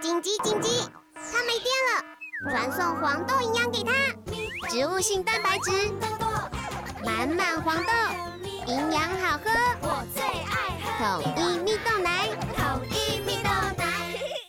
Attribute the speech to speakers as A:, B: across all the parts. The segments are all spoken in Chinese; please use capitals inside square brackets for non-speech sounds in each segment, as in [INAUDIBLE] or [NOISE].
A: 紧急紧急！它没电了，传送黄豆营养给它，植物性蛋白质，满满黄豆，营养好喝，
B: 我最爱
A: 统一蜜豆奶。
B: 统一蜜豆奶。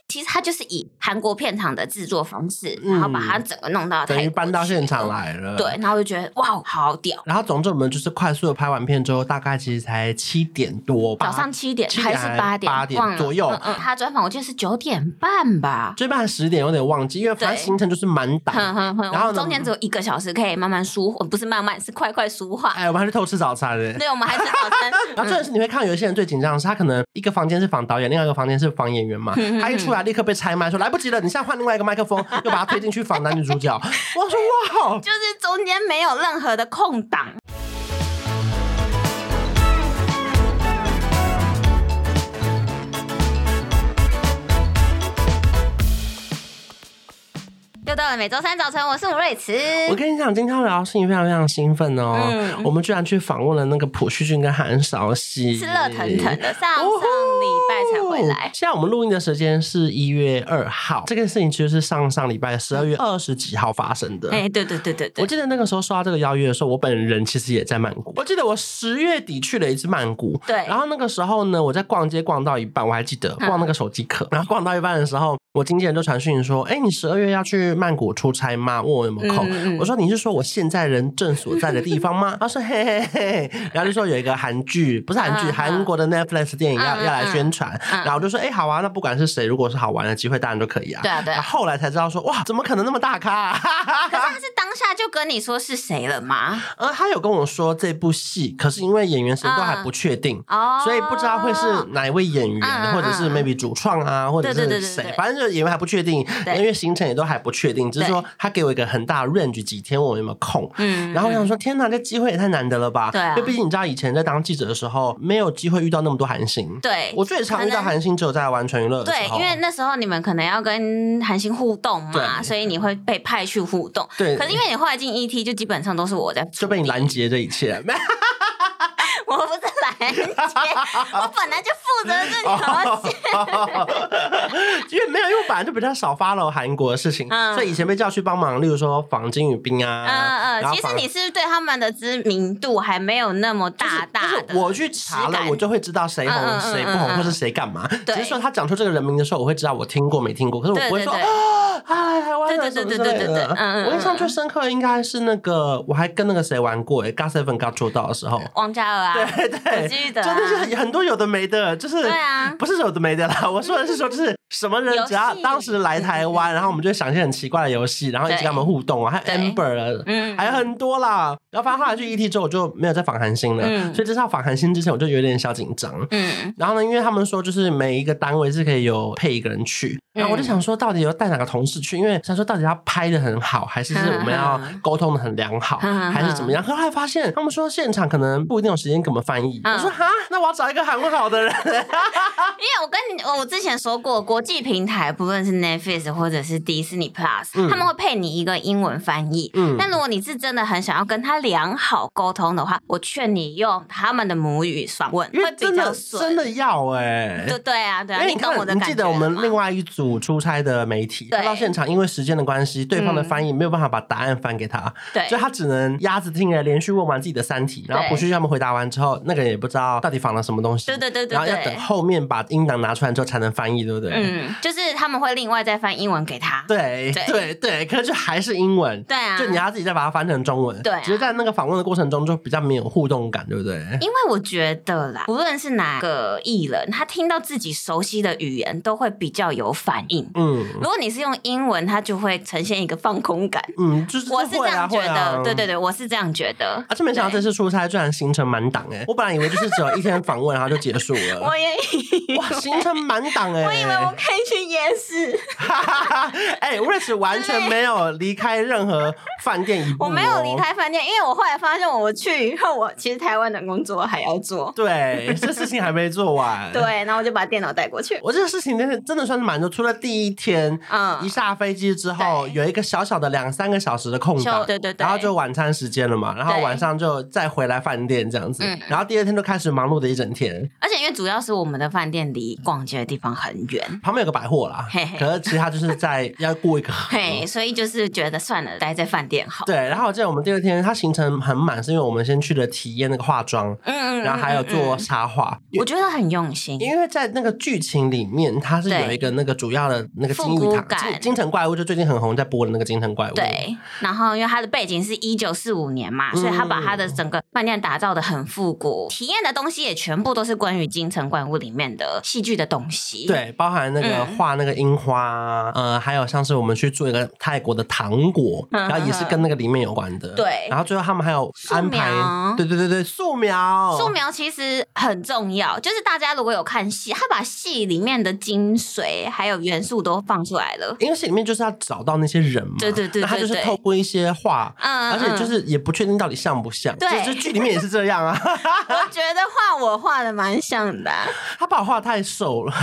C: 其实它就是以韩国片场的制作方式，
D: 嗯
C: 然后把它整个弄到
D: 等
C: 泰
D: 于
C: 国
D: 搬到现场来了。
C: 对，。然后我就觉得哇，好屌！
D: 然后总之我们就是快速的拍完片之后，大概其实才七点多吧。
C: 早上七点
D: 七
C: 还
D: 点
C: 是八点？
D: 八点
C: 忘了
D: 左右
C: 嗯嗯他专访我记得是九点半吧。
D: 追半十点有点忘记，因为反
C: 对
D: 正行程就是满档。
C: 哼哼哼，
D: 然后
C: 我们
D: 呢
C: 中间只有一个小时可以慢慢梳，不是慢慢，是快快梳化。
D: 哎，我们还去偷吃早餐
C: [LAUGHS]
D: 嘞。
C: 对，我们还是早餐。
D: 然后真的是你会看到有一些人最紧张的是，他可能一个房间是仿导演，另外一个房间是仿演员嘛，
C: 嗯
D: 他一出来立刻被拆麦，说来不及了，你现在换另外一个麦克风，又把他推进去仿男女主角。 [LAUGHS] 我说哇，
C: 就是中间没有任何的空档。又到了每周三早晨，我是吴瑞慈。
D: 我跟你讲，今天要聊的事情非常非常兴奋哦，
C: 嗯
D: 我们居然去访问了那个朴叙俊跟韩韶熙，
C: 是热腾腾的，上上礼拜才回
D: 哦
C: 来。
D: 现在我们录音的时间是一月二号，这件事情其实是上上礼拜十二月二十几号发生的。
C: 嗯哎、对对对对
D: 哦我
C: 对，
D: 记得那个时候收到这个邀约的时候，我本人其实也在曼谷。我记得我十月底去了一次曼谷，
C: 对
D: 然后那个时候呢，我在逛街逛到一半，我还记得
C: 嗯
D: 逛那个手机壳，然 [LAUGHS] 后逛到一半的时候，我经纪人就传讯说：“哎，你十二月要去曼谷出差吗？问我有没有空。
C: 嗯嗯嗯
D: 我说：“你是说我现在人正所在的地方吗？” [LAUGHS] 他说：“嘿嘿嘿。”
C: [LAUGHS]
D: 然后就说有一个韩剧，不是韩剧，
C: 嗯嗯
D: 韩国的 Netflix 电影要
C: 嗯嗯
D: 要来宣传，
C: 嗯
D: 然后我就说：“哎，好啊，那不管是谁，如果是好玩的机会，当然都可以啊。”
C: 对啊对啊
D: 然后后来才知道说：“哇，怎么可能那么大咖、 [LAUGHS] 啊？”
C: 可是他是当下就跟你说是谁了吗？
D: 呃，他有跟我说这部戏，可是因为演员谁都
C: 嗯
D: 还不确定。
C: 哦，
D: 所以不知道会是哪一位演员，
C: 嗯嗯
D: 或者是
C: 嗯
D: maybe 主创啊，或者
C: 对对
D: 是
C: 对对
D: 谁
C: 对，
D: 反正就是演员还不确定，
C: 对
D: 因为行程也都还不确定，只是说他给我一个很大的 range，几天我有没有空。
C: 嗯
D: 然后我想说，天哪，这机会也太难得了吧？
C: 对啊
D: 因为毕竟你知道，以前在当记者的时候，没有机会遇到那么多韩星。
C: 对，
D: 我最常遇到
C: 可能
D: 韩星只有在完全娱乐的
C: 对
D: 时，候。哦
C: 因为那时候你们可能要跟韩星互动嘛，
D: 对
C: 所以你会被派去互动。
D: 对
C: 可是因为你后来进 ET，就基本上都是我在，
D: 就被你拦截这一切。没有
C: [LAUGHS] 我不是拦
D: [LAUGHS]
C: 截，我本来就负责这条线。
D: 因为没有，因为我本来就比较少 follow 韩国的事情，
C: 嗯
D: 所以以前被叫去帮忙，例如说访金宇彬 [LAUGHS] 啊，
C: 嗯
D: 然
C: 嗯，
D: 后
C: 其实
D: 访
C: 你是对他们的知名度还没有那么大大
D: 就
C: 的。
D: 是我去查
C: 实
D: 了，
C: 感
D: 我就会知道谁红
C: 嗯嗯嗯
D: 谁不
C: 嗯
D: 红，
C: 嗯
D: 或是谁干嘛。
C: 对
D: 只是说他讲出这个人名的时候，我会知道我听过没听过，可是我
C: 对
D: 不会
C: 对
D: 说
C: 对，
D: 哎，台湾人
C: 对
D: 什么
C: 对
D: 之
C: 对对
D: 类
C: 对对
D: 的哎
C: 对嗯嗯。
D: 我印象最深刻的应该是那个，我还跟那个谁玩过，哎，God Seven God 做到的时候，
C: 王嘉尔啊，
D: 对对，
C: 我记得啊
D: 真的是很很多有的没的，就是
C: 对啊
D: 不是有的没的啦。我说的是说，就是什么人
C: 嗯游戏
D: 只要当时来台湾，然后我们就会想一些很奇怪的游戏，然后一直
C: 对
D: 跟他们互动啊，还
C: 对
D: 有 Amber
C: 嗯
D: 嗯，还有很多啦。然后反正后来去 ET 之后，我就没有再访韩星了，
C: 嗯
D: 所以这次要访韩星之前，我就有点小紧张。
C: 嗯，
D: 然后呢，因为他们说就是每一个单位是可以有配一个人去，
C: 嗯
D: 然后我就想说到底要带哪个同事去，因为想说到底要拍的很好，还是是我们要沟通的很良好，
C: 嗯嗯嗯
D: 还是怎么样？可后来发现他们说现场可能不一定有时间给我们翻译，
C: 嗯
D: 我说哈，那我要找一个韩文
C: [LAUGHS]
D: 好的人，
C: 因为我跟你，我之前说过，国际平台不论是 Netflix 或者是迪士尼 Plus，、
D: 嗯
C: 他们会配你一个英文翻译。
D: 嗯
C: 但如果你是真的很想要跟他良好沟通的话，我劝你用他们的母语访问，
D: 因
C: 会
D: 为
C: 比
D: 真
C: 较
D: 的
C: 顺
D: 真。的要哎、
C: 对对啊，对
D: 因
C: 啊，
D: 为
C: 你
D: 你
C: 懂
D: 看
C: 我，的
D: 你
C: 感觉
D: 记得我们
C: 吗嗯
D: 另外一组出差的媒体，
C: 对嗯
D: 他到现场，因为时间的关系，对方的翻译没有办法把答案翻给他，
C: 对
D: 所以他只能鸭子听了连续问完自己的三题，然后
C: 对
D: 不去他们回答完之后，那个人也不知道到底仿了什么东西，
C: 对对对对对
D: 然后要等后面把音档拿出来之后才能翻译，对不对？，
C: 嗯，就是他们会另外再翻英文给他。
D: 对
C: 对
D: 对对，可是就还是英文，
C: 对啊，
D: 就你要自己再把它翻成中文，
C: 对啊
D: 只是在那个访问的过程中就比较没有互动感，对不对？
C: 因为我觉得啦，无论是哪个艺人，他听到自己熟悉的语言，都会比较有反应。
D: 嗯
C: 如果你是用英文，它就会呈现一个放空感。
D: 嗯，就是
C: 我是这
D: 会啊
C: 样觉
D: 会
C: 得，
D: 啊
C: 对对对，我是啊这样觉得。
D: 而且没想到这次出差居然行程满档哎！我本来以为就是只有一天访问，然后就结束了。
C: 欸 [LAUGHS] 我也以
D: 哇，行程满档哎！
C: 我以为
D: [LAUGHS]
C: 我可以去夜市，
D: 哈哈哈，哎，Rich 完全没有离开任何饭店一步、哦
C: 我没有离。开饭店，因为我后来发现我去以后，我其实台湾的工作还要做。
D: 对，这事情还没做
C: [LAUGHS]
D: 完。
C: 对，，然后我就把电脑带过去。
D: 我这个事情真的真的算是蛮多，除了第一天。一
C: 嗯，
D: 下飞机之后，
C: 对
D: 有一个小小的两三个小时的空
C: 就
D: 档，
C: 对对对
D: 然后就晚餐时间了嘛，然后
C: 对
D: 晚上就再回来饭店这样子
C: 嗯，
D: 然后第二天就开始忙碌的一整天。
C: 而且因为主要是我们的饭店离逛街的地方很远，
D: 旁边有个百货过啦
C: 嘿嘿，
D: 可是其实他就是在要过一个河。
C: [LAUGHS] 嘿，所以就是觉得算了，待在饭店好。
D: 哦对，然后我记得我们第二天，它行程很满，是因为我们先去了体验那个化妆，
C: 嗯嗯，
D: 然后还有做
C: 嗯，嗯
D: 插画。
C: 嗯我觉得很用心。
D: 因为在那个剧情里面，它是
C: 对
D: 有一个那个主要的那个金
C: 复古
D: 鱼塔、
C: 感
D: 金金城怪物，就最近很红在播的那个金城怪物。，
C: 对，然后因为它的背景是一九四五年嘛，所以他把他
D: 嗯
C: 的整个饭店打造的很复古，体验的东西也全部都是关于京城怪物里面的戏剧的东西。，
D: 对，包含那个
C: 嗯
D: 画那个樱花，呃，还有像是我们去做一个泰国的糖果，
C: 嗯
D: 然后也是跟那个里面有关的。
C: 对
D: 然后最后他们还有
C: 素
D: 安排
C: 描，
D: 对对对对，素描，
C: 素描其实很重要，就是大家如果有看戏，他把戏里面的精髓还有元素都放出来了。
D: 因为戏里面就是要找到那些人嘛，
C: 对对对
D: 那他
C: 对
D: 就是
C: 对
D: 透过一些画，
C: 嗯，
D: 而且就
C: 嗯
D: 是也不确定到底像不像，
C: 对
D: 就是剧里面也是这样啊， [LAUGHS]
C: 嗯我觉得画我画的蛮像的啊、
D: 他把我画得太瘦了，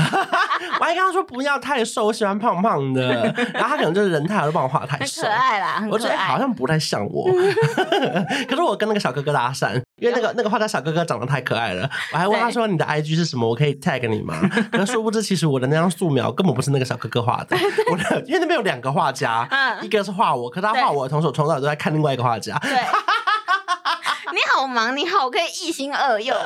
D: 我还跟他说不要太瘦，我喜欢胖胖的，然后他可能就是人太好，就帮我画得太
C: 很
D: 瘦
C: 可。爱啦，很
D: 我觉
C: 可
D: 得好
C: 爱。嗯
D: 像不太像我， [LAUGHS] 可是我跟那个小哥哥搭讪，因为那个那个画家小哥哥长得太可爱了，我还问他
C: 对
D: 说你的 IG 是什么，我可以 tag 你吗？ [LAUGHS] 可是殊不知，其实我的那张素描根本不是那个小哥哥画
C: [LAUGHS]
D: 的，我的因为那边有两个画家，
C: 嗯
D: 一个是画我，可他画我的同时，我从小都在看另外一个画家，
C: 对， [LAUGHS] 你好忙，你好，可以一心二用，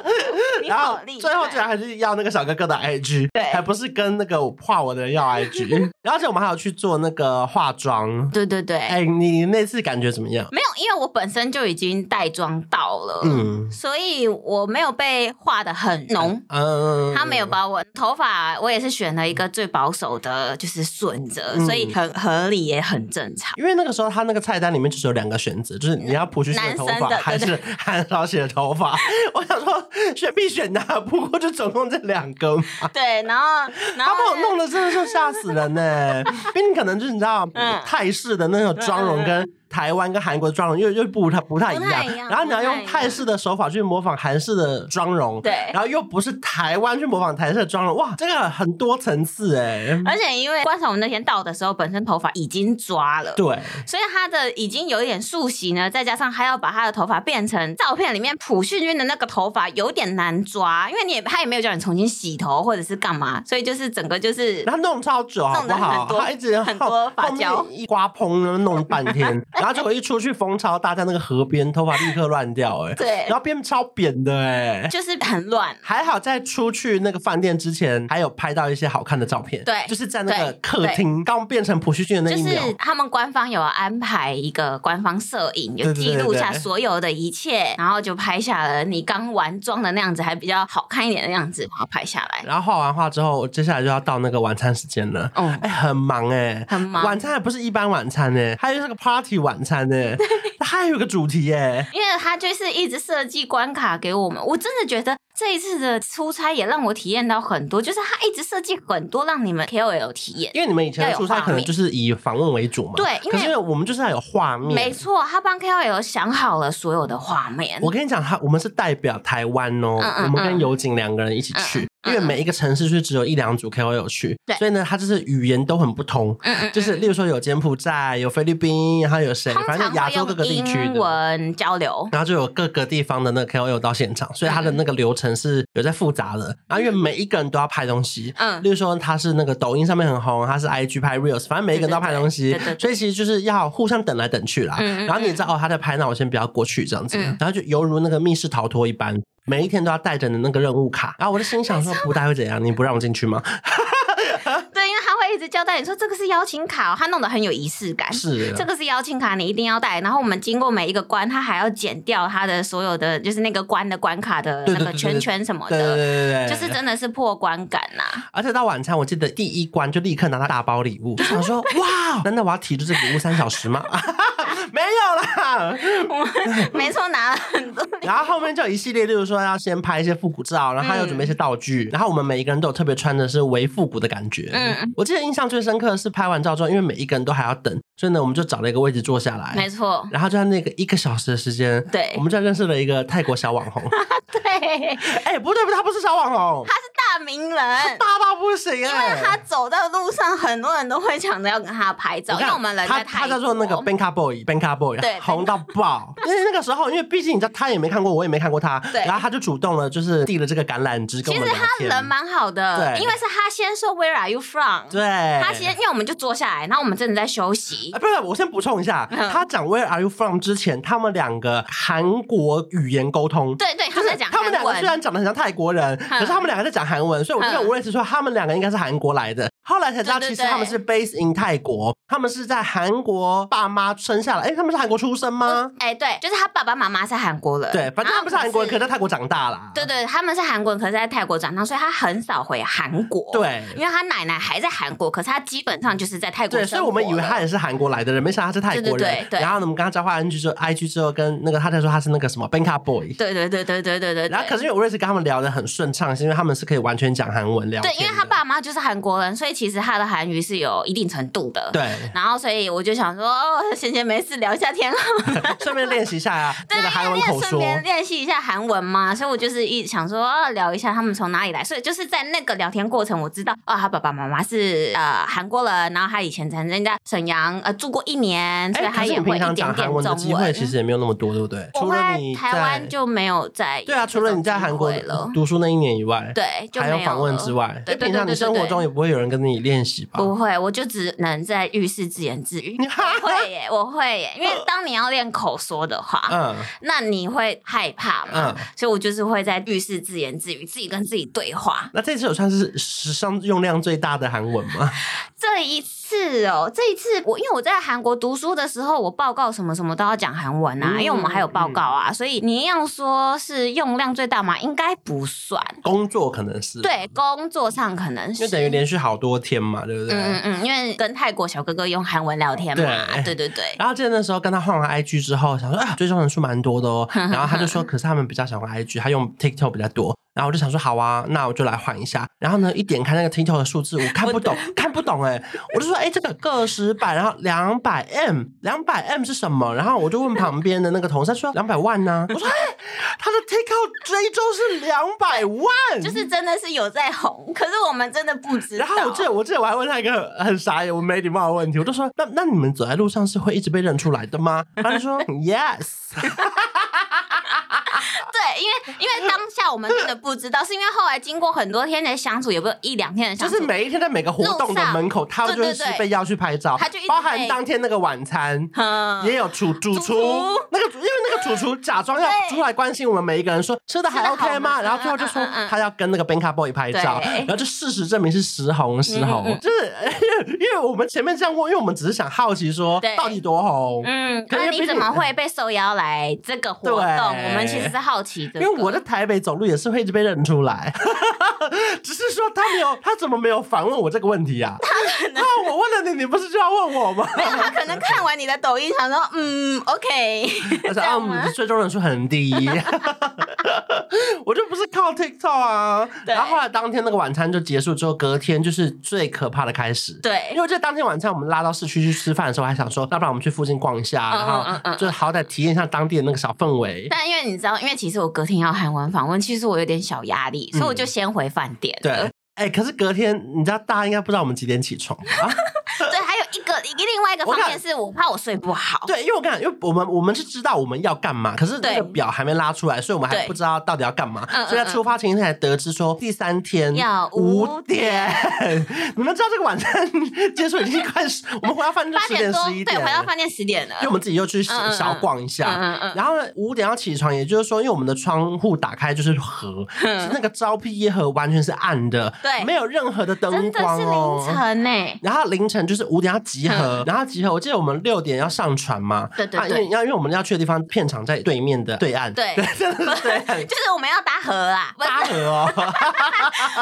C: 你
D: 然后
C: 好厉害。
D: 最后居然还是要那个小哥哥的 IG，
C: 对
D: 还不是跟那个画我的人要
C: [LAUGHS]
D: IG，然后而且我们还有去做那个化妆。
C: 对对对，
D: 哎、你那次感觉怎么样？
C: 没有，因为我本身就已经带妆到了，
D: 嗯
C: 所以我没有被画的很浓。
D: 嗯，
C: 他没有把我头发，我也是选了一个最保守的，就是顺着，
D: 嗯
C: 所以很合理也很正
D: [LAUGHS]
C: 常。
D: 因为那个时候他那个菜单里面就只有两个选择，就是你要普旭的头发
C: 男生的
D: 还
C: 对
D: 是韩少雪的头发。我想说选必选的、啊不过就总共这两个嘛。
C: 对，然后然
D: 他
C: 后
D: 把我弄的真的是吓死人呢、因为你可能就是你知道
C: 嗯
D: 泰式的那种妆容跟台湾跟韩国妆容又又不太不太一
C: 不太
D: 样
C: 一，样
D: 然后你要
C: 不太
D: 用
C: 一样
D: 泰式的手法去模仿韩式的妆容，
C: 对
D: 然后又不是台湾去模仿台式的妆容，哇，这个很多层次哎、
C: 而且因为观察我们那天到的时候，本身头发已经抓了，
D: 对，
C: 所以他的已经有一点塑形呢，再加上还要把他的头发变成照片里面普训君的那个头发，有点难抓，因为你也他也没有叫你重新洗头或者是干嘛，所以就是整个就是
D: 然后弄超久好
C: 弄
D: 不
C: 得
D: 好
C: 很？多
D: 他一直
C: 很
D: 后
C: 多发
D: 后面
C: 胶
D: 一刮蓬然后弄半天，然后结果一出去风超大，在那个河边头发立刻乱掉哎、
C: 对
D: 然，后变超扁的哎、
C: 就是很乱。
D: 还好在出去那个饭店之前，还有拍到一些好看的照片。
C: 对
D: 就是在那个
C: 对
D: 客厅刚变成朴叙俊的那
C: 就
D: 一秒。
C: 是他们官方有安排一个官方摄影，
D: 对
C: 有
D: 对
C: 记录
D: 对
C: 下
D: 对
C: 所有的一切，然后就拍下了你刚完妆的那样子，还比较好看一点的样子，然后拍下来。
D: 然后画完画之后，接下来就要到那个晚餐时间了。
C: 嗯，
D: 哎、很忙哎、
C: 很忙
D: 晚餐还不是一般晚餐呢、哎还有那个 party 晚餐呢、还有一个主题哎、
C: 因为他就是一直设计关卡给我们，我真的觉得这一次的出差也让我体验到很多，就是他一直设计很多让你们 KOL 体验。
D: 因为你们以前的出差
C: 要有画面
D: 可能就是以访问为主嘛，
C: 对因为
D: 可是我们就是要有画面。
C: 没错，他帮 KOL 想好了所有的画面。
D: 我跟你讲，他我们是代表台湾哦，
C: 嗯嗯
D: 我们跟尤景两个人一起去，因为每一个城市是只有一两组 KOL 去，
C: 对
D: 所以呢，他就是语言都很不同，
C: 嗯嗯，
D: 就是例如说有柬埔寨、有菲律宾，然后有谁，
C: 通
D: 反正
C: 常
D: 亚
C: 会
D: 洲各个
C: 用
D: 地区
C: 英
D: 的。
C: 文交流。
D: 然后就有各个地方的那个 KOL 到现场，所以他的那个流程是有在复杂的。然后因为每一个人都要拍东西，
C: 嗯
D: 例如说他是那个抖音上面很红，他是 IG 拍 reels，反正每一个人都要拍东西
C: 对对对对，对
D: 所以其实就是要互相等来等去啦。
C: 嗯嗯嗯
D: 然后你也知道哦，他在拍，那我先不要过去这样子
C: 嗯，
D: 然后就犹如那个密室逃脱一般，每一天都要带着你那个任务
C: [LAUGHS]
D: 卡。然后我就心想说，不带会怎样？你不让我进去吗？
C: 对，因为他会一直交代你说这个是邀请卡、哦，他弄得很有仪式感。
D: 是啊
C: 这个 [LAUGHS] 是邀啊请卡，你一定要带。然后我们经过每一个关，他还要剪掉他的所有的，就是那个关的关卡的
D: 对
C: 那
D: 对
C: 个
D: 对对
C: 圈圈什么
D: 对对
C: 的，
D: 对对对，
C: 就是真的是破关感呐、
D: [LAUGHS] 而且到晚餐，我记得第一关就立刻拿到大包礼
C: [LAUGHS]
D: 物，就想说哇，哦难道我要提着这个礼物三小时吗？ [LAUGHS] 没有啦。
C: 我们没错，拿了很多。
D: [LAUGHS] 然后后面就有一系列，例如说要先拍一些复古照，然后还有准备一些道具，然后我们每一个人都有特别穿的是微复古的感觉。
C: 嗯，
D: 我记得印象最深刻的是拍完照之后，因为每一个人都还要等，所以呢，我们就找了一个位置坐下来。
C: 没错，
D: 然后就在那个一个小时的时间，
C: 对 [LAUGHS]
D: 我们就认识了一个泰国小网红。
C: 对，
D: 哎、不对不对，他不是小网红，
C: 大大名人。
D: 大到不行
C: 因为
D: 哎、
C: 他走在路上，很多人都会抢着要跟他拍照，
D: 我
C: 因
D: 看
C: 为我们人
D: 他
C: 在
D: 他
C: 泰
D: 叫做那个
C: 国
D: Benka Boy，Benka Boy
C: 对
D: 红到爆。因为那个时候，因为毕竟你知道他也没看过，我也没看过他，
C: 对
D: 然后他就主动了，就是递了这个橄榄枝
C: 其
D: 跟我
C: 实
D: 们聊
C: 他
D: 天。
C: 人蛮好的，
D: 对
C: 因为是他先说 Where are you from？
D: 对，
C: 他先，因为我们就坐下来，然后我们真的在休息
D: 啊，。不是，我先补充一下，
C: 嗯
D: 他讲 Where are you from 之前，他们两个韩国语言沟通。
C: 对对，他
D: 就
C: 在
D: 是
C: 讲
D: 他们
C: 韩
D: 两个虽
C: 文，
D: 然长得很像泰国人，可是他们两个在讲韩文，所以我就
C: 嗯
D: 跟吴瑞慈说，他们两个应该是韩国来的。后来才知道，
C: 对对
D: 其实
C: 对
D: 他们是 base in 泰国，他们是在韩国爸妈生下来。哎，他们是韩国出生吗？
C: 哎，对，就是他爸爸妈妈是韩国人，
D: 嗯对，反正他们是韩国人，可是
C: 能
D: 在泰国长大啦。
C: 呃对对，他们是韩国人，可是在泰国长大，所以他很少回韩国。。
D: 对
C: 因为他奶奶还在韩国，可是他基本上就是在泰国
D: 对，所以我们以为他
C: 他
D: 也是韩国来的人，没想到他是泰
C: 对
D: 国
C: 对
D: 人。
C: 对对
D: 然后呢我们跟他交换 IG 之后，IG 之后跟那个他在说他是那个什么 Benka Boy。
C: 对对对对对对对。
D: 然后可
C: 是
D: 是因为我认识跟他们聊得很顺畅，是因为他们是可以完全讲韩文聊天
C: 对
D: 的。，
C: 因为他爸妈就是韩国人，所以其实他的韩语是有一定程度的。。 [LAUGHS]
D: 对，
C: 然后所以我就想说，哦，闲闲没事聊一下天好了。
D: 顺便练习一下啊
C: 对
D: 那个韩文口
C: 顺
D: 说。
C: 便练习一下韩文嘛，所以我就是一想说、啊聊一下他们从哪里来，所以就是在那个聊天过程，我知道啊，他爸爸妈妈是呃韩国人，然后他以前曾经在沈阳呃住过一年，所以
D: 哎，可
C: 他
D: 是
C: 也会
D: 你平
C: 一
D: 常
C: 点
D: 讲
C: 点
D: 韩
C: 中
D: 文
C: 文。
D: 的机会其实也没有那么多，对不对？
C: 我
D: 除
C: 会
D: 了
C: 在
D: 你
C: 台湾就没有在
D: 对啊，除了你在韩国
C: 了，
D: 读书那一年以外，
C: 对，就
D: 还
C: 没有
D: 有访问
C: 了
D: 之外，
C: 对对对
D: 哎平常你
C: 对对
D: 生活
C: 对
D: 中也不会有人跟你练习吧？
C: 不会，我就只能在浴室自言自语。
D: [LAUGHS] 你哈
C: 我会耶，我会耶，因为当你要练口说的话，
D: 嗯
C: 那你会害怕嘛？
D: 嗯。
C: 所以我就是会在浴室自言自语，自己跟自己对话。
D: 那这次有算是史上用量最大的韩文吗？
C: 这一次哦，这一次我因为我在韩国读书的时候，我报告什么什么都要讲韩文啊，
D: 嗯
C: 因为我们还有报告啊，所以你要说是用量最大嘛，应该不算。
D: 工作可能是，
C: 对，工作上可能
D: 因为
C: 是。
D: 等于连续好多天嘛，对不对？
C: 嗯嗯嗯，因为跟泰国小哥哥用韩文聊天嘛，对
D: 对
C: 对
D: [LAUGHS]
C: 对，
D: 然后记得那时候跟他换完 IG 之后，想说啊，追踪人数蛮多的 [LAUGHS] 哦。然后他就说，可是他们比较喜欢 IG，他用 TikTok 比较多。然后我就想说，好啊，那我就来换一下。然后呢，一点开那个 TikTok 的数字， [LAUGHS] 我看不懂，看不懂哎、我就说，哎、这个个十百，然后两百 M，两百 M 是什么？然后我就问旁边的那个同事，他说两百万呢、我说，哎、他的 TikTok 追踪是两百万，
C: 就是真的是有在红，可是我们真的不知道。
D: 然后我记得，我记得我还问他一个很傻眼、我没礼貌的问题，我就说：“那那你们走在路上是会一直被认出来的吗？”他就说：“Yes。 [LAUGHS]
C: [LAUGHS] 对，因为因为当下我们真的不知道，是因为后来经过很多天的相处，有没有一两天的”
D: 就
C: 相
D: 是
C: 处，
D: 每一天在每个活动的门口，他们就
C: 对对
D: 会
C: 对
D: 被要去拍照，
C: 他就一直
D: 包含
C: 被
D: 当天那个晚餐。
C: 嗯
D: 也有主主
C: 主
D: 厨
C: 厨，
D: 那个主因为那个主厨假装要
C: 对
D: 出来关心我们每一个人，说吃的还
C: 吃得好
D: OK
C: 吗
D: 吗？然后最后就
C: 嗯
D: 说
C: 嗯嗯嗯
D: 他要跟那个 Benka Boy 拍照，
C: 对
D: 然后就事实证明是石红，石红
C: 嗯嗯嗯
D: 就是 [LAUGHS] 因为我们前面这样问，因为我们只是想好奇说
C: 对
D: 到底多红，
C: 嗯，
D: 可
C: 那、
D: 是毕
C: 你
D: 竟
C: 怎么会被受邀来这个活动？
D: 对
C: 我们其实是好奇的、
D: 因为我在台北走路也是会一直被认出来， [LAUGHS] 只是说他没有，他怎么没有反问我这个问题啊？那我问了你，你不是就要问我吗？ [LAUGHS]
C: 没有啊他可能看完你的抖音，想说嗯，OK， [LAUGHS]
D: 而且
C: 这
D: 啊，
C: 样
D: 我们
C: 吗
D: 的？追踪人数很低， [LAUGHS] 我就不是靠 TikTok 啊。
C: 对
D: 然后后来当天那个晚餐就结束之后，隔天就是最可怕的开始。因
C: 对
D: 为我记得当天晚上我们拉到市区去吃饭的时候，还想说，要不然我们去附近逛一下，
C: 嗯嗯嗯
D: 然
C: 嗯
D: 后就好歹体验一下当地的那个小氛围。
C: 但因为你知道，因为其实我隔天要韩文访问，其实我有点小压力，所以我就先回饭店
D: 嗯对
C: 了。，
D: 哎、可是隔天你知道大家应该不知道我们几点起床吧？
C: 对还有一个一个另外一个
D: 我
C: 方
D: 看
C: 面是我怕我睡不好。
D: 对，因为我跟你讲，因为我们我们是知道我们要干嘛，可是那
C: 对
D: 个表还没拉出来，所以我们还
C: 对
D: 不知道到底要干嘛
C: 嗯嗯。
D: 所以在出发前一天才得知说，第三天
C: 要
D: 五
C: 五
D: 点。 [LAUGHS] 你们知道这个晚餐结束已经快十，我们回到饭店
C: 八
D: 十
C: 点多，
D: 十一
C: 对，
D: 点
C: 回到
D: 了。
C: 饭店十点了
D: 因为。我们自己又去
C: 嗯嗯
D: 小逛一下，
C: 嗯嗯嗯，
D: 然后呢五点要起床，也就是说，因为我们的窗户打开就是河，是那个招聘耶河完全是暗的，
C: 嗯对
D: 没有任何的灯
C: 真的
D: 光
C: 是
D: 哦。
C: 凌晨欸嗯呢。
D: 然后凌晨就是五点要集合，然后集合，我记得我们六点要上船嘛。
C: 对对
D: 啊因
C: 对
D: 为要因为我们要去的地方，片场在对面的对 [LAUGHS] 岸。
C: 对
D: 真的是对岸。
C: 就是我们要搭河啦，不是 [LAUGHS]
D: 搭河哦，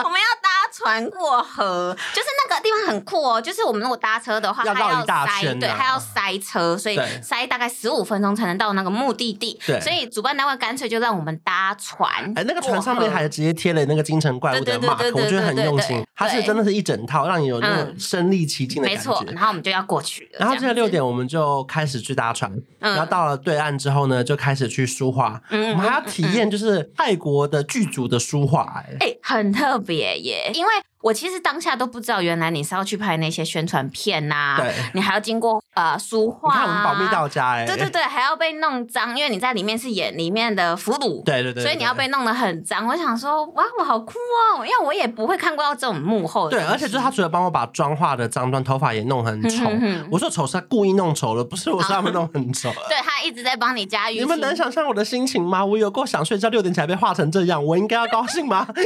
C: 我们要搭船过河，就是那个地方很酷哦。就是我们如果搭车的话，
D: 要绕
C: 它
D: 一大
C: 塞，
D: 圈啊
C: 对，它要塞车，所以
D: 对
C: 塞大概十五分钟才能到那个目的地。
D: 对
C: 所以主办单位干脆就让我们搭船。
D: 哎，那个船上面还直接贴了那个京城怪物
C: 对
D: 的
C: 对
D: mark，
C: 对对对
D: 我觉得很
C: 对对
D: 用
C: 对
D: 心
C: 对。
D: 它是真的是一整套，让你有那种身临其境的
C: 没
D: 感
C: 错，
D: 觉
C: 然。后我们就要过去了。
D: 然后
C: 这
D: 这
C: 样
D: 个
C: 子
D: 六，点我们就开始去搭船，
C: 嗯
D: 然后到了对岸之后呢，就开始去书画。我
C: 嗯
D: 们还要体验就是泰国的剧组的书画，哎，
C: 哎、很特别耶。因为我其实当下都不知道，原来你是要去拍那些宣传片呐、
D: 对，
C: 你还要经过呃书
D: 你
C: 画、
D: 看我们保密到家哎、
C: 对对对，还要被弄脏，因为你在里面是演里面的俘虏，
D: 对对对
C: 所以你要被弄得很脏。我想说，哇，我好酷哦，因为我也不会看过到这种幕后的
D: 对，
C: 东西。
D: 而且就是他除了帮我把妆化的脏乱，头发也弄很丑。
C: 嗯哼哼
D: 我说丑是他故意弄丑的，不是我说
C: 啊
D: 他们弄
C: [LAUGHS]
D: 很丑。
C: 对他一直在帮你加
D: 你
C: 淤
D: 们能
C: 青。
D: 想象我的心情吗？我有够想睡觉，六点起来被画成这样，我应该要高
C: [LAUGHS]
D: 兴吗？
C: 不会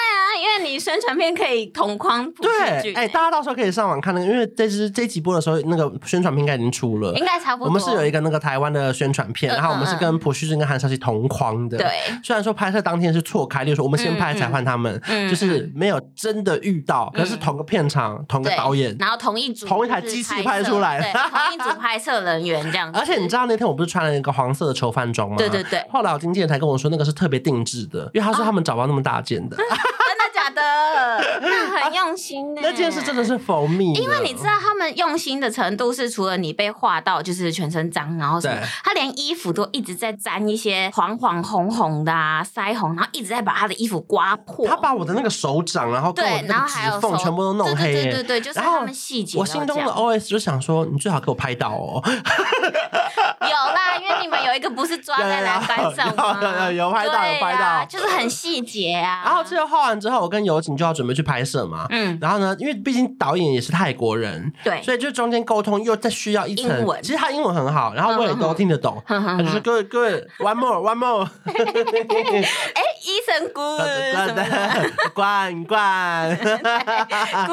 C: 啊，因为你宣传片可以同框不是
D: 对，
C: 剧，
D: 哎、大家到时候可以上网看那个，因为这支这集播的时候，那个宣传片应该已经出了。
C: 应该差不
D: 我
C: 多。
D: 们是有一个那个台湾的宣传片，
C: 哎嗯
D: 然后我们是
C: 嗯嗯
D: 跟朴叙俊跟韩少熙同框的。 [LAUGHS]
C: 对，
D: 虽然说拍摄当天是错开，例如说我们先拍才换他们，
C: 嗯
D: 就是没有真的遇到，可是同个片场、同个
C: 对
D: 导演，
C: 然后同一组
D: 同一台
C: 就是
D: 机器
C: 摄
D: 拍出来
C: 对，同一组拍摄人员这样子。
D: [LAUGHS] 而且你知道那天我不是穿了一个黄色的囚犯装吗？
C: 对对对
D: 后来我经纪人才跟我说，那个是特别定制的，因为他
C: 啊
D: 说他们找不到那么大件的。
C: 真的假
D: [LAUGHS]
C: 的？那很用心呢、
D: 那件是真的。是蜂蜜，
C: 因为你知。道他们用心的程度是，除了你被画到就是全身脏，然后什么
D: 对，
C: 他连衣服都一直在沾一些黄黄红红的啊腮红，然后一直在把他的衣服刮破。
D: 他把我的那个手掌，然后跟我
C: 对
D: 的，
C: 然
D: 那
C: 后
D: 个
C: 还有
D: 指缝
C: 手
D: 全部都弄
C: 对
D: 黑耶、
C: 对对对，就是
D: 然后
C: 他们细节都
D: 我
C: 这样。
D: 心中的哦 OS 就想说，你最好给我拍到哦，
C: 有啦，因为你们有一个不是抓
D: [LAUGHS] 有有
C: 在
D: 有
C: 栏杆上吗？
D: 有有有有拍到有
C: 对
D: 拍
C: 啊
D: 到
C: 就是很细节啊。
D: 然后这个画完之后，我跟友景就要准备去拍摄嘛。
C: 嗯，
D: 然后呢，因为毕竟导演也是泰国人，
C: 对，
D: 所以就中间沟通又再需要一层
C: 英文嗯
D: 其实他英文很好，然后我也都听得懂。
C: 哼哼
D: 他就
C: 哼
D: 是 good good one more
C: [LAUGHS]
D: one more，
C: 哎，医生姑
D: [LAUGHS]
C: 什么的
D: 罐罐，
C: 姑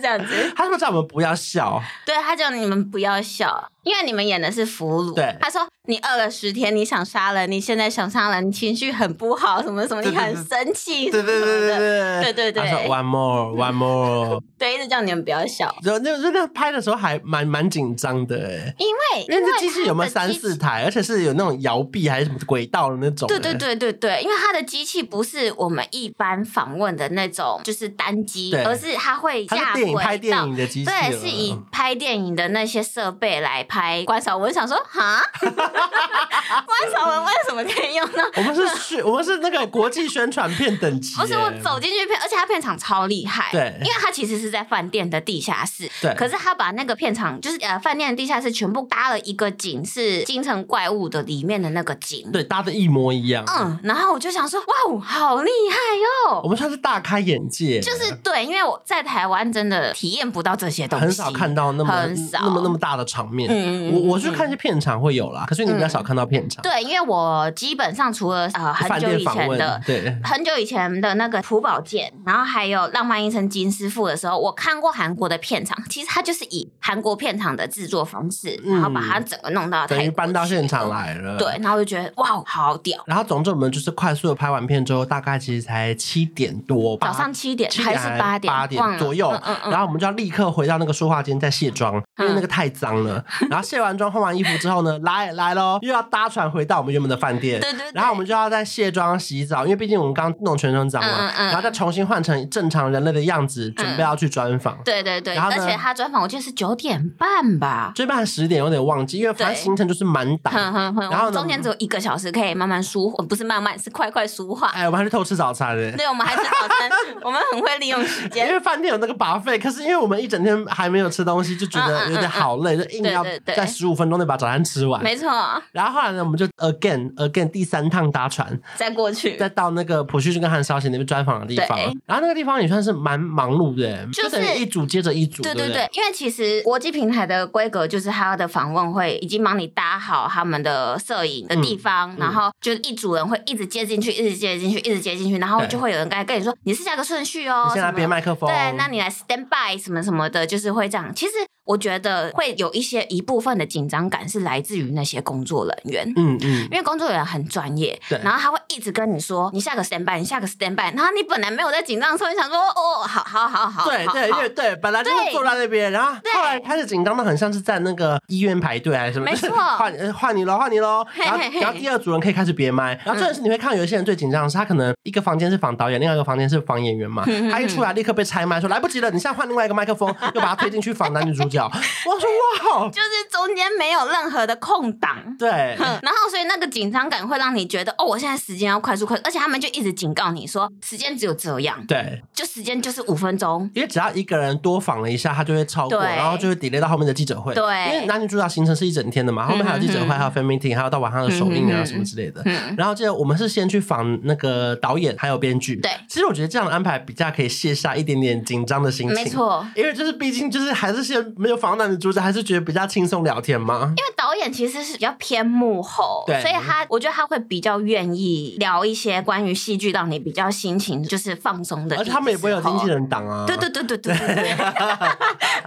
C: 这样子。
D: [LAUGHS] 他是不是叫我们不要笑？
C: 对，他叫你们不要笑，因为你们演的是俘虏。
D: 对
C: 他说你饿了十天，你想杀人，你现在想杀人，你情绪很不好，什么什么，
D: 对
C: 你很生气，
D: 对对对
C: 什么
D: 对
C: 的 [LAUGHS] 对
D: 对
C: 对对
D: 他说 one more
C: [LAUGHS]
D: one more，
C: 对，一直叫你们不要笑，
D: 然后那那那拍的时候还蛮蛮紧张的哎，
C: 因为
D: 因为这机
C: 他
D: 器
C: 的
D: 有没有三
C: 机器
D: 四台，而且是有那种摇臂还是什么轨道的那种？欸
C: 对对。对对对，因为它的机器不是我们一般访问的那种，就是单机
D: 对，
C: 而是它会
D: 它
C: 架
D: 是电影拍
C: 轨
D: 电
C: 道
D: 影。的机器嗯了，
C: 对，是以拍电影的那些设备来拍关少文，我想说，哈， [LAUGHS] 关少文为什么可以用到？
D: 我们是宣，我们是那个国际宣传片等级耶。欸
C: 不是 [LAUGHS] 我走进去片，而且他片场超厉害，
D: 对
C: 因为他其实是在饭店的地下室，
D: 对
C: 可是他把那个片场就是呃饭店的地下室全部搭了一个景，是《京城怪物》的里面的那个景，
D: 对搭的一模一样。
C: 嗯，然后我就想说，哇哦，好厉害哟、
D: 我们算是大开眼界，欸
C: 就是对，因为我在台湾真的体验不到这些东西，
D: 很少看。到那么
C: 很少
D: 那么那么大的场面。
C: 嗯嗯嗯
D: 我我
C: 嗯
D: 去看一些片场会有啦，可是你比较少看到片场。
C: 对，因为我基本上除了呃
D: 饭
C: 很久
D: 店
C: 以
D: 访
C: 前
D: 问
C: 的。
D: 对。
C: 很久以前的那个朴宝剑，然后还有《浪漫医生金师傅》的时候，我看过韩国的片场，其实它就是以韩国片场的制作方式，
D: 嗯
C: 然后把它整个弄到
D: 等
C: 泰
D: 于
C: 国
D: 搬到
C: 去
D: 现场。来了，
C: 对，。然后我就觉得哇，好屌！
D: 然后总之我们就是快速的拍完片之后，大概其实才七点多吧，
C: 早上七点
D: 七
C: 还
D: 点
C: 是八
D: 点八
C: 忘了
D: 左右
C: 嗯嗯，嗯
D: 然后我们就要立刻回到那个梳化间再卸妆，因为那个太脏了。然后卸完妆换完衣服之后呢，来来喽，又要搭船回到我们原本的饭店。
C: 对对对
D: 然后我们就要再卸妆洗澡，因为毕竟我们刚弄全身脏嘛
C: 嗯嗯，嗯嗯
D: 然后再重新换成正常人类的样子，准备要去专访。
C: 对对对，
D: 然后
C: 而
D: 呢
C: 且他专访我记得是九点半吧，
D: 这半十点有点忘记，因为反正
C: 对嗯
D: 行程就是满档。
C: 哼哼哼，
D: 然后
C: 我们
D: 呢
C: 中间只有一个小时可以慢慢舒缓，不是慢慢，是快快舒
D: [LAUGHS]
C: 缓。
D: 哎，我们还去偷吃早餐嘞。
C: 对，我们还吃早餐，我们很会利用时
D: [LAUGHS] 因
C: 间。
D: 为饭店有那个 buffet，可是因为我们一整天还没有吃东西，就觉
C: 嗯
D: 得有点好累，就硬要
C: 对对对
D: 在十五分钟内把早餐吃完。
C: 没错，
D: 然后后来呢，我们就 again again 第三趟搭船，
C: 再过去
D: 再到那个普旭俊跟韩少贤那边专访的地方
C: 对。
D: 然后那个地方也算是蛮忙碌的，
C: 就是
D: 等于一组接着一组，
C: 对
D: 对
C: 对
D: 不
C: 对，因为其实国际平台的规格就是它的访问会已经帮你搭好他们的摄影的
D: 嗯
C: 地方，然后就一组人会一直接进去，一直接进去，一直接进去，然后
D: 对
C: 就会有人该跟你说你是下个顺序哦，
D: 你现在
C: 什么
D: 别麦克风，
C: 对，那你来 stand by 什么什么的，就是会这样。其实我觉得会有一些一部分的紧张感是来自于那些工作人员，
D: 嗯嗯，
C: 因为工作人员很专业，
D: 对
C: 然后他会一直跟你说你下个 stand by，你下个 stand by，然后你本来没有在紧张的时候，你想说哦，好好好好，
D: 对
C: 好
D: 对，因为对，本来就是
C: 对
D: 坐在那边，然后
C: 对
D: 后后来开始紧张的很像是在那个医院排队还是什么，
C: 没
D: 就是
C: 错
D: 换呃换你喽，换你喽。
C: 嘿
D: 然后
C: 嘿嘿嗯
D: 然后第二组人可以开始别麦，然后这是你会看到有一些人最紧张的是他可能一个房间是仿导演，另外一个房间是仿演
C: [LAUGHS]
D: 员嘛
C: 嗯嗯，
D: 他一出来立刻被拆麦，说来不及了，你现在换另外一个麦
C: [LAUGHS]
D: 克风，又把他推进去仿男女主角。我说哇，
C: 就是中间没有任何的空档。
D: 对。
C: [LAUGHS] 哼然后，所以那个紧张感会让你觉得，哦，我现在时间要快速快速，而且他们就一直警告你说，时间只有这样，
D: 对，
C: 就时间就是五分钟，
D: 因为只要一个人多仿了一下，他就会超过，
C: 对
D: 然后就会 delay 到后面的记者会。
C: 对
D: 因为男女主角行程是一整天的嘛，后面还有记者
C: 嗯
D: 会，
C: 嗯嗯
D: 还有 fan meeting，还有到晚上的首映
C: 嗯嗯
D: 啊
C: 嗯
D: 什么之类的。
C: 嗯，
D: 然后记得我们是先去访那个导演还有编剧，
C: 对
D: 其实我觉得这样的安排比较可以卸下一点点紧张的心情，
C: 没。错。
D: 因为就是毕竟就是还是先没有访到女主角，还是觉得比较轻松聊天嘛。
C: 因为导演其实是比较偏幕后，
D: 对
C: 所以他我觉得他会比较愿意聊一些关于戏剧，让你比较心情就是放松的。
D: 而且他们也不会有经纪。人档啊。
C: 对对对对对对对， [LAUGHS]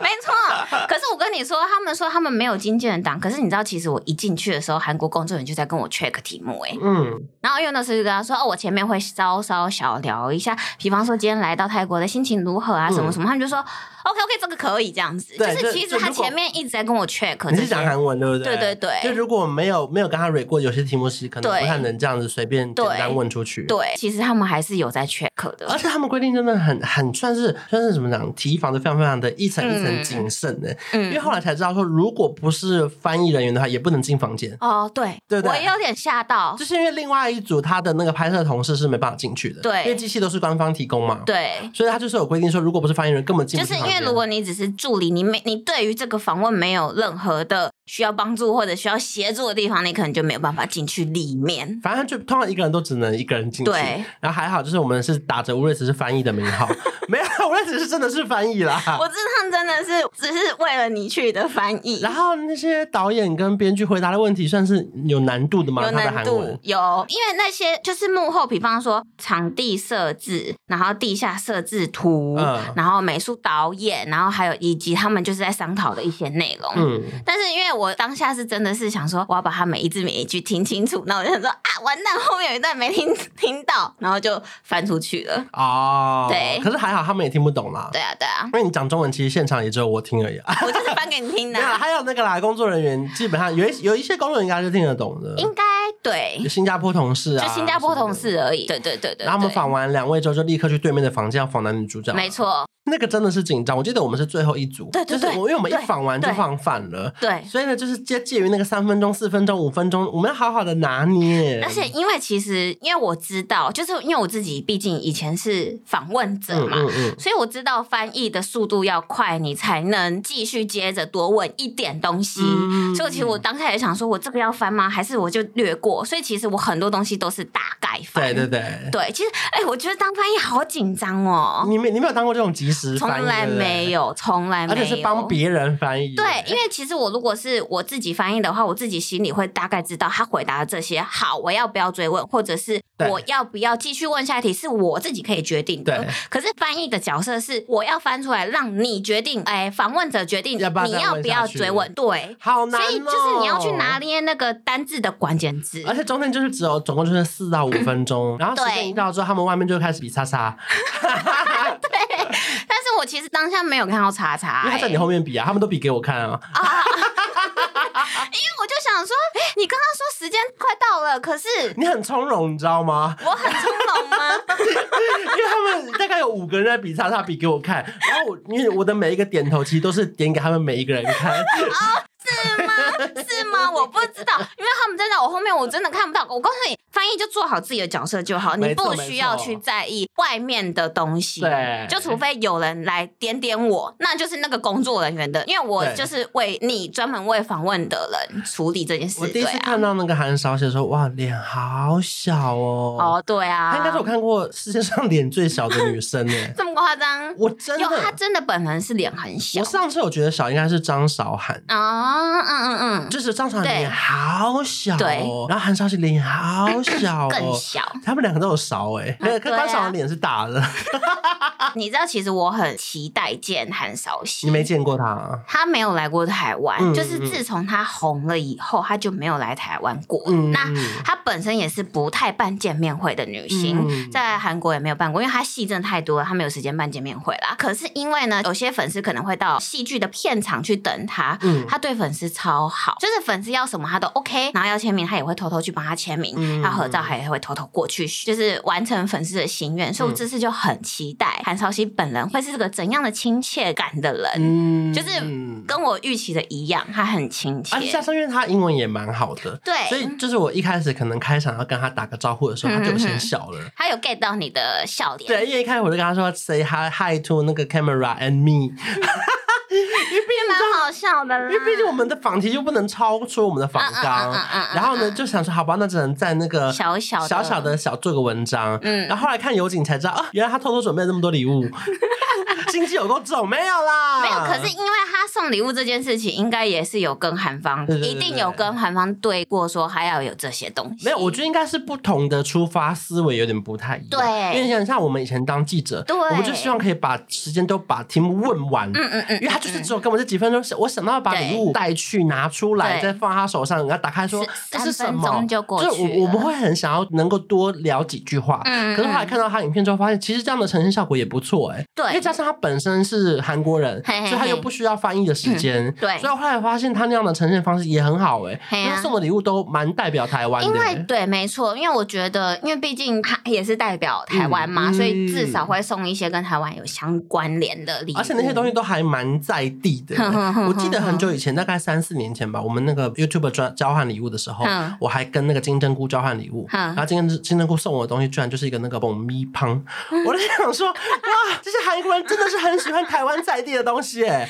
C: 没错。可是我跟你说，他们说他们没有经纪人档，可是你知道，其实我一进去的时候，韩国工作人员就在跟我 check 题目、欸，
D: 嗯，
C: 然后因为那时候就跟他说，哦，我前面会稍稍小聊一下，比方说今天来到泰国的心情如何啊，什么什么，他们就说 OK OK，这个可以这样子，就
D: 嗯对
C: 是
D: 就
C: 其实
D: 就
C: 他
D: 如果
C: 前面一直在跟我 check，
D: 你
C: 这
D: 是讲
C: 些
D: 韩文对不对？
C: 对对对
D: 就如果没有没有跟他 re 过，有些题目是可能
C: 对
D: 不太能这样子随便简单
C: 对
D: 问出去。。
C: 对，其实他们还是有在 check 的，
D: 而且他们规定真的很很算是算是怎么讲，提防的非常非常的一层一层
C: 嗯
D: 谨慎的、因为
C: 嗯。
D: 后来才知道说，如果不是翻译人员的话，也不能进房间。
C: 哦，对，
D: 对对
C: 我也有点吓到
D: 就，是因为另外一组他的那个拍摄同事是没办法进去的，
C: 对
D: 因为机器都是官方提供嘛，，
C: 对，
D: 所以他就是有规定说，如果不是发言人，根本进
C: 就
D: 不去
C: 是因
D: 房间。
C: 为如果你只是助理，你没你对于这个访问没有任何的需要帮助或者需要协助的地方，你可能就没有办法进去里面。
D: 反正就通常一个人都只能一个人进去，
C: 对。
D: 然后还好，就是我们是打着吴瑞慈是翻译的名
C: [LAUGHS]
D: 号，没有吴瑞慈是真的是翻译啦。
C: 我知道真的是只是为了你去的翻译，
D: 然后那些导演跟编剧回答的问题算是有难度的吗？
C: 有
D: 他的
C: 难
D: 韩
C: 度
D: 文，
C: 有，因为那些就是幕后，比方说场地设置，然后地下设置图，
D: 嗯
C: 然后美术导演，然后还有以及他们就是在商讨的一些内容。
D: 嗯，
C: 但是因为我当下是真的是想说，我要把他每一字每一句听清楚，那我就想说啊，完蛋，后面有一段没听听到，然后就翻出去
D: [LAUGHS]
C: 了。
D: 哦，
C: 对
D: 可是还好他们也听不懂啦。
C: 对啊，对啊，
D: 因为你讲中文，其实现场也只有我听而已啊。
C: 我就是翻给你听
D: [LAUGHS] 没
C: 的
D: 有
C: 啊、
D: 啦，还有那个啦，工作人员基本上有一有一些工作人员应该是听得懂的，
C: 应该对
D: 有，新加坡同事啊，
C: 就新加坡同
D: 什么
C: 事而已。对对对对
D: 的。然后我啊们
C: 对
D: 访完两位之后，就立刻去对面的房间要访男女主角。
C: 没，错，
D: 那个真的是紧张。我记得我们是最后一组，
C: 对对
D: 就是
C: 对
D: 我因为我们一
C: 对
D: 访完就
C: 对
D: 放反了，
C: 对。
D: 所以呢，就是介介于那个三分钟、四分钟、五分钟，我们要好好的拿捏。
C: 而且，因为其实，因为我知道，就是因为我自己，毕竟以前是访问者
D: 嗯
C: 嘛，
D: 嗯嗯，
C: 所以我知道翻译的速度要快，你才能继续接着多问一点东西。
D: 嗯
C: 所以其实我当下也想说，我这个要翻吗？还是我就略过？所以其实我很多东西都是大概翻。
D: 对对
C: 对
D: 对，
C: 其实哎、我觉得当翻译好紧张哦，
D: 你没你没有当过这种即时
C: 从
D: 翻译，
C: 来
D: 对不对
C: 没，有，从来没
D: 而
C: 有，
D: 且是帮别人翻译。
C: 对，因为其实我如果是我自己翻译的话，我自己心里会大概知道他回答的这些，好，我要不要追问，或者是
D: 对
C: 我要不要继续问下一题，是我自己可以决定的
D: 对。
C: 可是翻译的角色是我要翻出来让你决定，哎，访问者决定
D: 要不要
C: 你
D: 再
C: 要
D: 问
C: 不
D: 下
C: 要
D: 去
C: 追问，对。
D: 好难、
C: 所
D: 哦，啊
C: 以就是你要去拿捏那个单字的关键字，
D: 而且中间就是只有总共就是四到五分
C: 嗯
D: 钟，然后时间一到之后，他们外面就开始比叉叉，
C: 但是我其实当下没有看到查查、
D: 因为他在
C: 哎
D: 你后面比啊，他们都比给我看啊。
C: 因为我就想说，哎你刚刚说时间快到了，可是？
D: 你很从容，你知道吗
C: 我很从容
D: [LAUGHS]
C: 吗？
D: 因为他们大概有五个人在比叉叉比给我看，然后我因为我的每一个点头其实都是点给他们每一个人 [LAUGHS] 看，
C: 是吗？我不知道，因为他们站在我后面，我真的看不到。我告诉你，翻译就做好自己的角色就好，
D: 没
C: 你
D: 错
C: 不需要去在意外面的东西。
D: 对
C: 就除非有人来点点我，那就是那个工作人员的，因为我
D: 对
C: 就是为你专门为访问的人处理这件事。
D: 我第
C: 对
D: 一次
C: 啊，
D: 看到那个韩少写的时候，哇，脸好小哦。
C: 哦，对啊，。
D: 她应该是我看过世界上脸最小的女生呢
C: 这么夸张？
D: 我真
C: 有，他
D: 的，
C: 真的本人是脸很小哦
D: 我。上次有觉得小应该是张韶涵，
C: 啊，嗯嗯嗯嗯，
D: 就是张韶涵
C: 对
D: 脸好小、
C: 对
D: 哦，然后韩少熙脸好小、哦，
C: 更小。
D: 他们两个都有勺哎、欸，
C: 嗯对
D: 呃跟
C: 啊
D: 关少的脸是大的，
C: 你知道，其实我很期待见韩韶
D: 啊你
C: 熙。
D: 没见过他啊，
C: 他没有来过台湾，
D: 嗯
C: 就是
D: 嗯嗯
C: 自从他红了以后，他就没有来台湾过。
D: 嗯，
C: 那她本身也是不太办见面会的女星，
D: 嗯
C: 在韩国也没有办过，因为她戏真的太多了，她没有时间办见面会啦。可是因为呢，有些粉丝可能会到戏剧的片场去等她。
D: 嗯
C: 她对粉丝超好，就是粉丝要什么她都 OK，然后要签名她也会偷偷去帮她签名，
D: 嗯
C: 她合照她也会偷偷过去，就是完成粉丝的心
D: 嗯
C: 愿。所以我这次就很期待韩少熙本人会是个怎样的亲切感的人，
D: 嗯
C: 就是
D: 嗯
C: 跟我预期的一样，她很亲切。
D: 而且加上因为他英文也蛮好的，
C: 对
D: 所以就是我一开始可能开场要跟他打个招呼的时
C: 嗯
D: 候，他就先笑了。
C: 她有 get 到你的笑点，
D: 对，因为一开始我就跟他说 “say hi hi to 那个 camera and me”，
C: 蛮好笑的啦
D: 因。为毕竟我们的访题就不能超出我们的访纲
C: 嗯嗯嗯嗯嗯嗯。
D: 然后呢，就想说好吧，那只能在那个
C: 小小的
D: 呃小小的啊小做个文章。
C: 嗯
D: 然后后来看有景才知道啊，原来他偷偷准备了那么多
C: [LAUGHS]
D: 礼物，心机有够重，没有啦，
C: 没有，可是因为他送礼物这件事情，应该也是有跟韩方，
D: 对对对
C: 一定有跟韩方对过，说还要有这些东西。
D: 没有，我觉得应该是不同的出发思维有点不太一样。
C: 对
D: 因为像像我们以前当记者，
C: 对
D: 我们就希望可以把时间都把题目问完。
C: 嗯嗯嗯，
D: 因为他就是只有跟我这几分钟，我想到把礼物带去拿出来，
C: 对
D: 再放他手上，然后打开说这
C: 三
D: 是什
C: 分
D: 么
C: 钟，就过
D: 就是
C: 去
D: 我我们
C: 了。
D: 会很想要能够多聊几句话。
C: 嗯嗯
D: 可是后来看到他影片之后，发现其实这样的呈现效果也不错哎、
C: 对
D: 因为加上他本身是韩国人，
C: 嘿嘿嘿嗯
D: 所以他又不需要翻译的时间、
C: 对
D: 所以我后来发现他那样的呈现方式也很好哎、
C: 嘿啊
D: 因为他送的礼物都蛮代表台湾的、
C: 因
D: 欸。
C: 为对，没错，因为我觉得，因为毕竟他也是代表台湾嘛，
D: 嗯
C: 所以至少会送一些跟台湾有相关联的礼物。
D: 而且那些东西都还蛮在地的。欸
C: 哼嗯哼哼
D: 我记得很久以前，大概三四年前吧，我们那个 YouTube 专交换礼物的时候
C: 嗯，
D: 我还跟那个金针菇交换礼物，
C: 嗯
D: 然后金针金针菇送我的东西，居然就是一个那个蹦咪乓，
C: 嗯
D: 我就想说，哇，这些韩国人真的是很喜欢台湾在地的东西哎。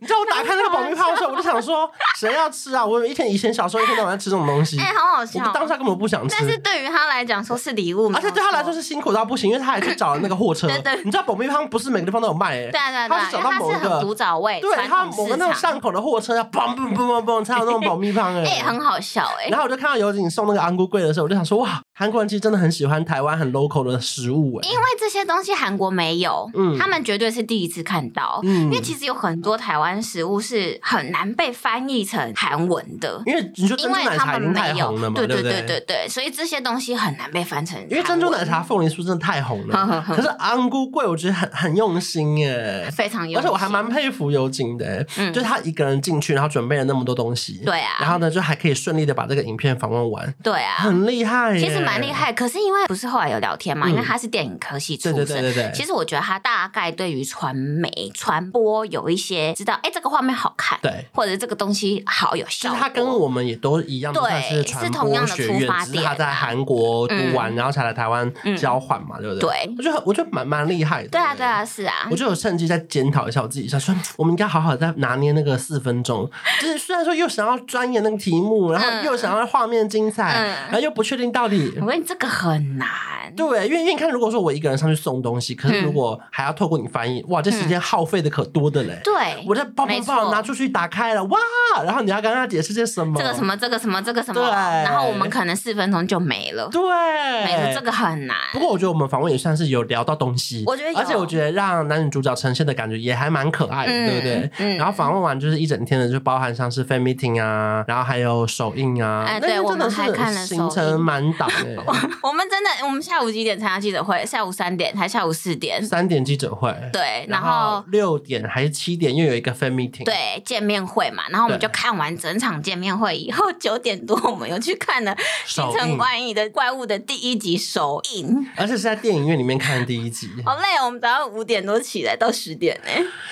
D: 你知道我打开那个蹦咪乓的时候，我就想说，谁要吃啊？我有一天以前小时候一天到晚在吃这种东西
C: 哎、，好好
D: 我
C: 笑。
D: 当下根本不想
C: 但是
D: 吃。
C: 对于他来讲，说是礼物，
D: 而且对他来说是辛苦到不行，因为他还去找那个
C: [LAUGHS]
D: 货车
C: 对对。
D: 你知道蹦咪乓不是每个地方都有卖哎
C: 对，啊对啊对
D: 他
C: 啊，
D: 是
C: 因
D: 找
C: 为
D: 到
C: 他
D: 某
C: 是
D: 一个
C: 很古早味，
D: 对
C: 哎传
D: 他
C: 统
D: 某
C: 市
D: 个那种
C: 场，
D: 巷口的货车要砰砰砰砰砰，才有那种保密棒哎、
C: 哎、很好笑哎、
D: 然后我就看到有景送那个安菇柜的时候，我就想说哇，韩国人其实真的很喜欢台湾很 local 的食物哎、
C: 因为这些东西韩国没有，
D: 嗯
C: 他们绝对是第一次看到。
D: 嗯
C: 因为其实有很多台湾食物是很难被翻译成韩文的，
D: 因为你说
C: 因
D: 珍珠
C: 为
D: 奶
C: 他
D: 茶已
C: 们
D: 经
C: 没
D: 太
C: 有
D: 红了，嘛，
C: 对
D: 不
C: 对对对，所以这些东西很难被翻成韩文。
D: 因为珍珠奶茶、凤梨酥真的太红
C: [LAUGHS] 哼
D: 了
C: 哼，哼
D: 可是安菇柜我觉得很很用心哎、
C: 非常有，
D: 而且我还蛮佩服尤景的、欸，
C: 嗯
D: 就是他一个人进去，然后准备了那么多东西，
C: 对啊
D: 然后呢就还可以顺利的把这个影片访问完，
C: 对啊。
D: 很厉害、欸，
C: 其实蛮厉，害，可是因为不是后来有聊天嘛，
D: 嗯
C: 因为他是电影科系出
D: 对
C: 身，
D: 对对对对，
C: 其实我觉得他大概对于传媒传播有一些知道，哎、这个画面好看，
D: 对。
C: 或者这个东西好有效
D: 就
C: 果，
D: 是他跟我们也都一样，
C: 对
D: 都算是传
C: 是同样的
D: 播学
C: 出
D: 院，
C: 发
D: 只是他
C: 点
D: 在
C: 啊
D: 韩国读完，然后才来台湾
C: 嗯
D: 交换嘛，对不对？
C: 对
D: 我觉得我觉得蛮蛮厉害的。欸
C: 对啊对。啊是啊，
D: 我就有趁机再检讨一下我自己，想说我们应该好好再拿捏那个四分钟。就是虽然说又想要钻研那个题目，然后
C: 嗯
D: 又想要画面精彩，
C: 嗯
D: 然后又不确定到底
C: 我跟你这个很难，
D: 对，因为因为你看，如果说我一个人上去送东西，可是
C: 嗯
D: 如果还要透过你翻译，哇，这时间耗费的可多的嘞。
C: 对，
D: 我这包包
C: 没
D: 包
C: 错
D: 拿出去打开了，哇，然后你要跟他解释些什么？
C: 这个什么这个什么这个什么，
D: 对
C: 然后我们可能四分钟就没 [LAUGHS] 了，
D: 对，
C: 没了这。个很难。
D: 不过我觉得我们访问也算是有聊到东西，
C: 我觉得有
D: 而且我觉得让男女主角呈现的感觉也还蛮可爱的，
C: 嗯
D: 对不对？
C: 嗯
D: 然后访问完就是一整天的，就包含像是 fan meeting 啊，然后还有首映啊，
C: 哎
D: 那
C: 对
D: 天
C: 我
D: 真
C: 们
D: 的是
C: 还看了首映
D: 行程满
C: [LAUGHS]
D: 档哎，
C: 我们真的，我们下午几点参加记者会？下午三点还下午四点？
D: 三点记者会，
C: 对，然
D: 然
C: 后
D: 后。六点还是七点又有一个 fan meeting，，
C: 对见面会嘛，然后我们
D: 对
C: 就看完整场见面会以后，九点多我们又去看了《新
D: 首
C: 城
D: 映，
C: 怪异的怪物》的第一集首映，
D: 而且是在电影院里面看的第一集。
C: 好累哦，我们早上五点多起来到十点呢、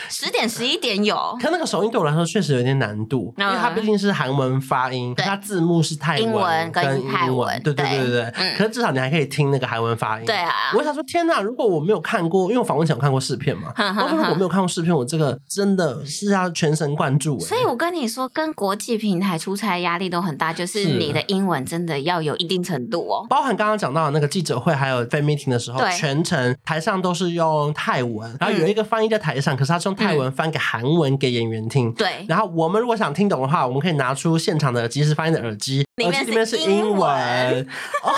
C: 十点十一点有
D: 可那个首映对我来说确实有点难度，因
C: 嗯
D: 为它毕竟是韩文发音，
C: 对
D: 它字幕是泰
C: 英文
D: 文
C: 跟
D: 跟
C: 泰文
D: 英文，对对
C: 对
D: 对对。
C: 嗯
D: 可是至少你还可以听那个韩文发音。
C: 对啊
D: 我想说，天哪！如果我没有看过，因为我访问前有看过试
C: [LAUGHS]
D: 片嘛，
C: 哼哼
D: 我说如果没有看过试片，我这个真的是要全神贯注、欸。
C: 所以我跟你说，跟国际平台出差压力都很大，就是
D: 是
C: 你的英文真的要有一定程度哦。
D: 包含刚刚讲到的那个记者会，还有 fan meeting 的时候
C: 对，嗯
D: 全程台上都是用泰文，然后有一个翻译在台上，可是他是用泰文翻给韩文给演员听。
C: 对，
D: 然后我们如果想听懂的话，我们可以拿出现场的即时翻译的耳机，
C: 里面
D: 耳
C: 是
D: 机里面是英
C: 英
D: 文。
C: 文
D: 哦，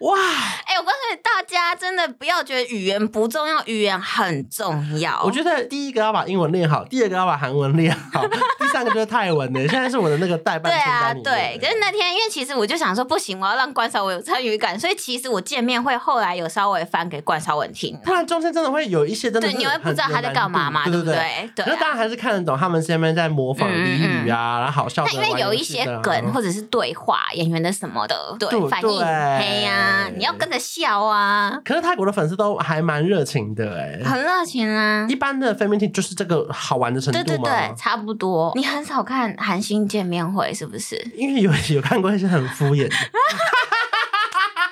D: 哇！
C: 哎、我告诉你，大家真的不要觉得语言不重要，语言很重要。
D: 我觉得第一个要把英文练好，第二个要把韩文练
C: [LAUGHS]
D: 好，第三个就是泰文的。现在是我的那个代办
C: 对
D: 清
C: 啊，
D: 单里面
C: 对。可是那天，因为其实我就想说，不行，我要让关少文有参与感，所以其实我见面会后来有稍微翻给关少文听，
D: 不然中间真的会有一些真的
C: 对，
D: 是
C: 你会不知道
D: 很
C: 他在干嘛嘛，
D: 有难
C: 对
D: 度
C: 不
D: 对？
C: 对？对
D: 可是
C: 啊。嗯
D: 当然还是看得懂他们现在在模仿俚语啊，然后好笑的
C: 那
D: 玩
C: 因
D: 游戏的
C: 为有
D: 啊。
C: 一些梗或者是对话、演员的什么的，对
D: 啊对
C: 反应，
D: 对
C: 嘿呀、你要跟着笑啊，
D: 可是泰国的粉丝都还蛮热情的哎、
C: 很热情啊。
D: 一般的 fan meeting 就是这个好玩的程度
C: 对
D: 吗？
C: 对对，差不多。你很少看韩星见面会是不是？
D: 因为有有看过一些很敷
C: [LAUGHS]
D: 衍的，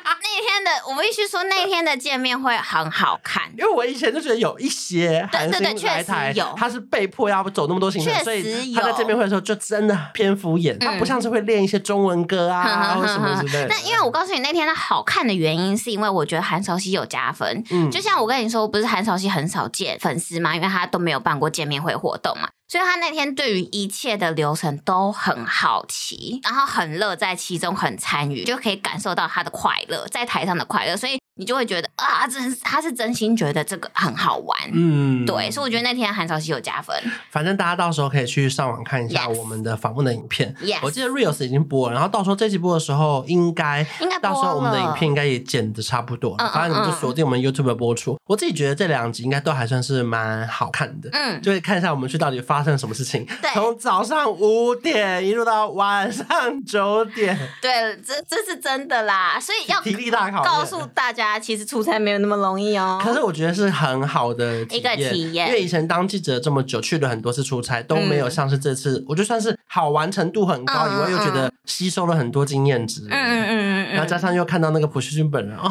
C: 那天的我必须说，那天的见面会很好看，
D: 因为我以前就觉得有一些韩
C: 对对对
D: 星来台，
C: 确实有
D: 他是被迫要走那么多行程
C: 确，实
D: 所以
C: 有
D: 他在见面会的时候就真的偏敷衍，他不像是会练一些中文歌 [LAUGHS] 啊
C: [LAUGHS] 哼哼哼
D: 或者什么之类的。
C: 嗯那因为我告诉你，那天它好看的原因是因为我觉得韩韶熙有加分。
D: 嗯
C: 就像我跟你说，不是韩韶熙很少见粉丝嘛，因为他都没有办过见面会活动嘛，所以他那天对于一切的流程都很好奇，然后很乐在其中，很参与，就可以感受到他的快乐，在台上的快乐，所以你就会觉得啊，真是他是真心觉得这个很好玩。
D: 嗯，
C: 对，所以我觉得那天韩韶熙有加分，
D: 反正大家到时候可以去上网看一下
C: Yes
D: 我们的访问的影片。
C: Yes
D: 我记得 Reels 已经播了，然后到时候这期播的时候，应该
C: 应该播
D: 到
C: 了
D: 时候我们的影片应该也剪的差不多
C: 嗯嗯
D: 了，
C: 嗯
D: 反正你们就锁定我们 YouTube 的播出。我自己觉得这两集应该都还算是蛮好看的。
C: 嗯，
D: 就会看一下我们去到底发生了什么事情
C: 对，
D: 从早上五点一路到晚上九点，
C: [LAUGHS] 对，这这是真的啦，所以要
D: 体力大考验
C: 告诉大家，其实出差没有那么容易哦。
D: 可是我觉得是很好的体验
C: 一个体验
D: 因为以前当记者这么久，去了很多次出差，都没有
C: 嗯
D: 像是这次，我就算是好玩程度很高，
C: 嗯
D: 以外又觉得吸收了很多经验值。
C: 嗯嗯嗯
D: 然后
C: 嗯
D: 加
C: 嗯，
D: 上又看到那个朴叙俊本人哦，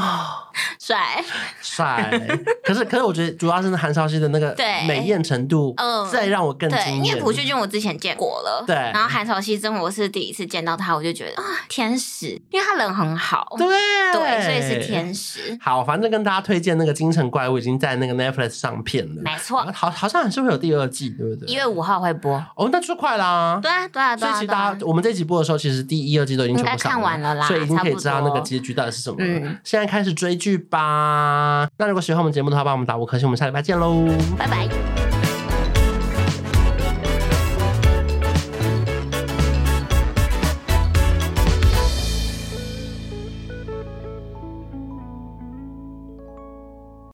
C: 帅， [LAUGHS]
D: 帅！可是可是我觉得主要是韩韶熙的那个
C: 对
D: 美艳程度，
C: 嗯
D: 再让我更
C: 对，
D: 惊
C: 因为
D: 艳。
C: 朴叙俊我之前见过了，
D: 对
C: 然后韩朝熙真我是第一次见到他，我就觉得啊，天使，因为他人很好，
D: 对
C: 对，所以是天使，
D: 好，反正跟大家推荐那个《京城怪物》已经在那个 Netflix 上片了，
C: 没错，
D: 好好像还是会有第二季，对不对？
C: 一月五号会播，
D: 哦，那就快啦。
C: 对啊对啊对
D: 所以
C: 啊，
D: 其实
C: 对啊
D: 大家，我们这一集播的时候，其实第一、二季都已经全部
C: 应该
D: 上
C: 看完了啦
D: 所以已经可以知道
C: 差不
D: 那
C: 多
D: 个结局到底是什么了。
C: 嗯
D: 现在开始追剧吧。那如果喜欢我们节目的话，帮我们打五颗星，我们下礼拜见喽。
C: 拜拜。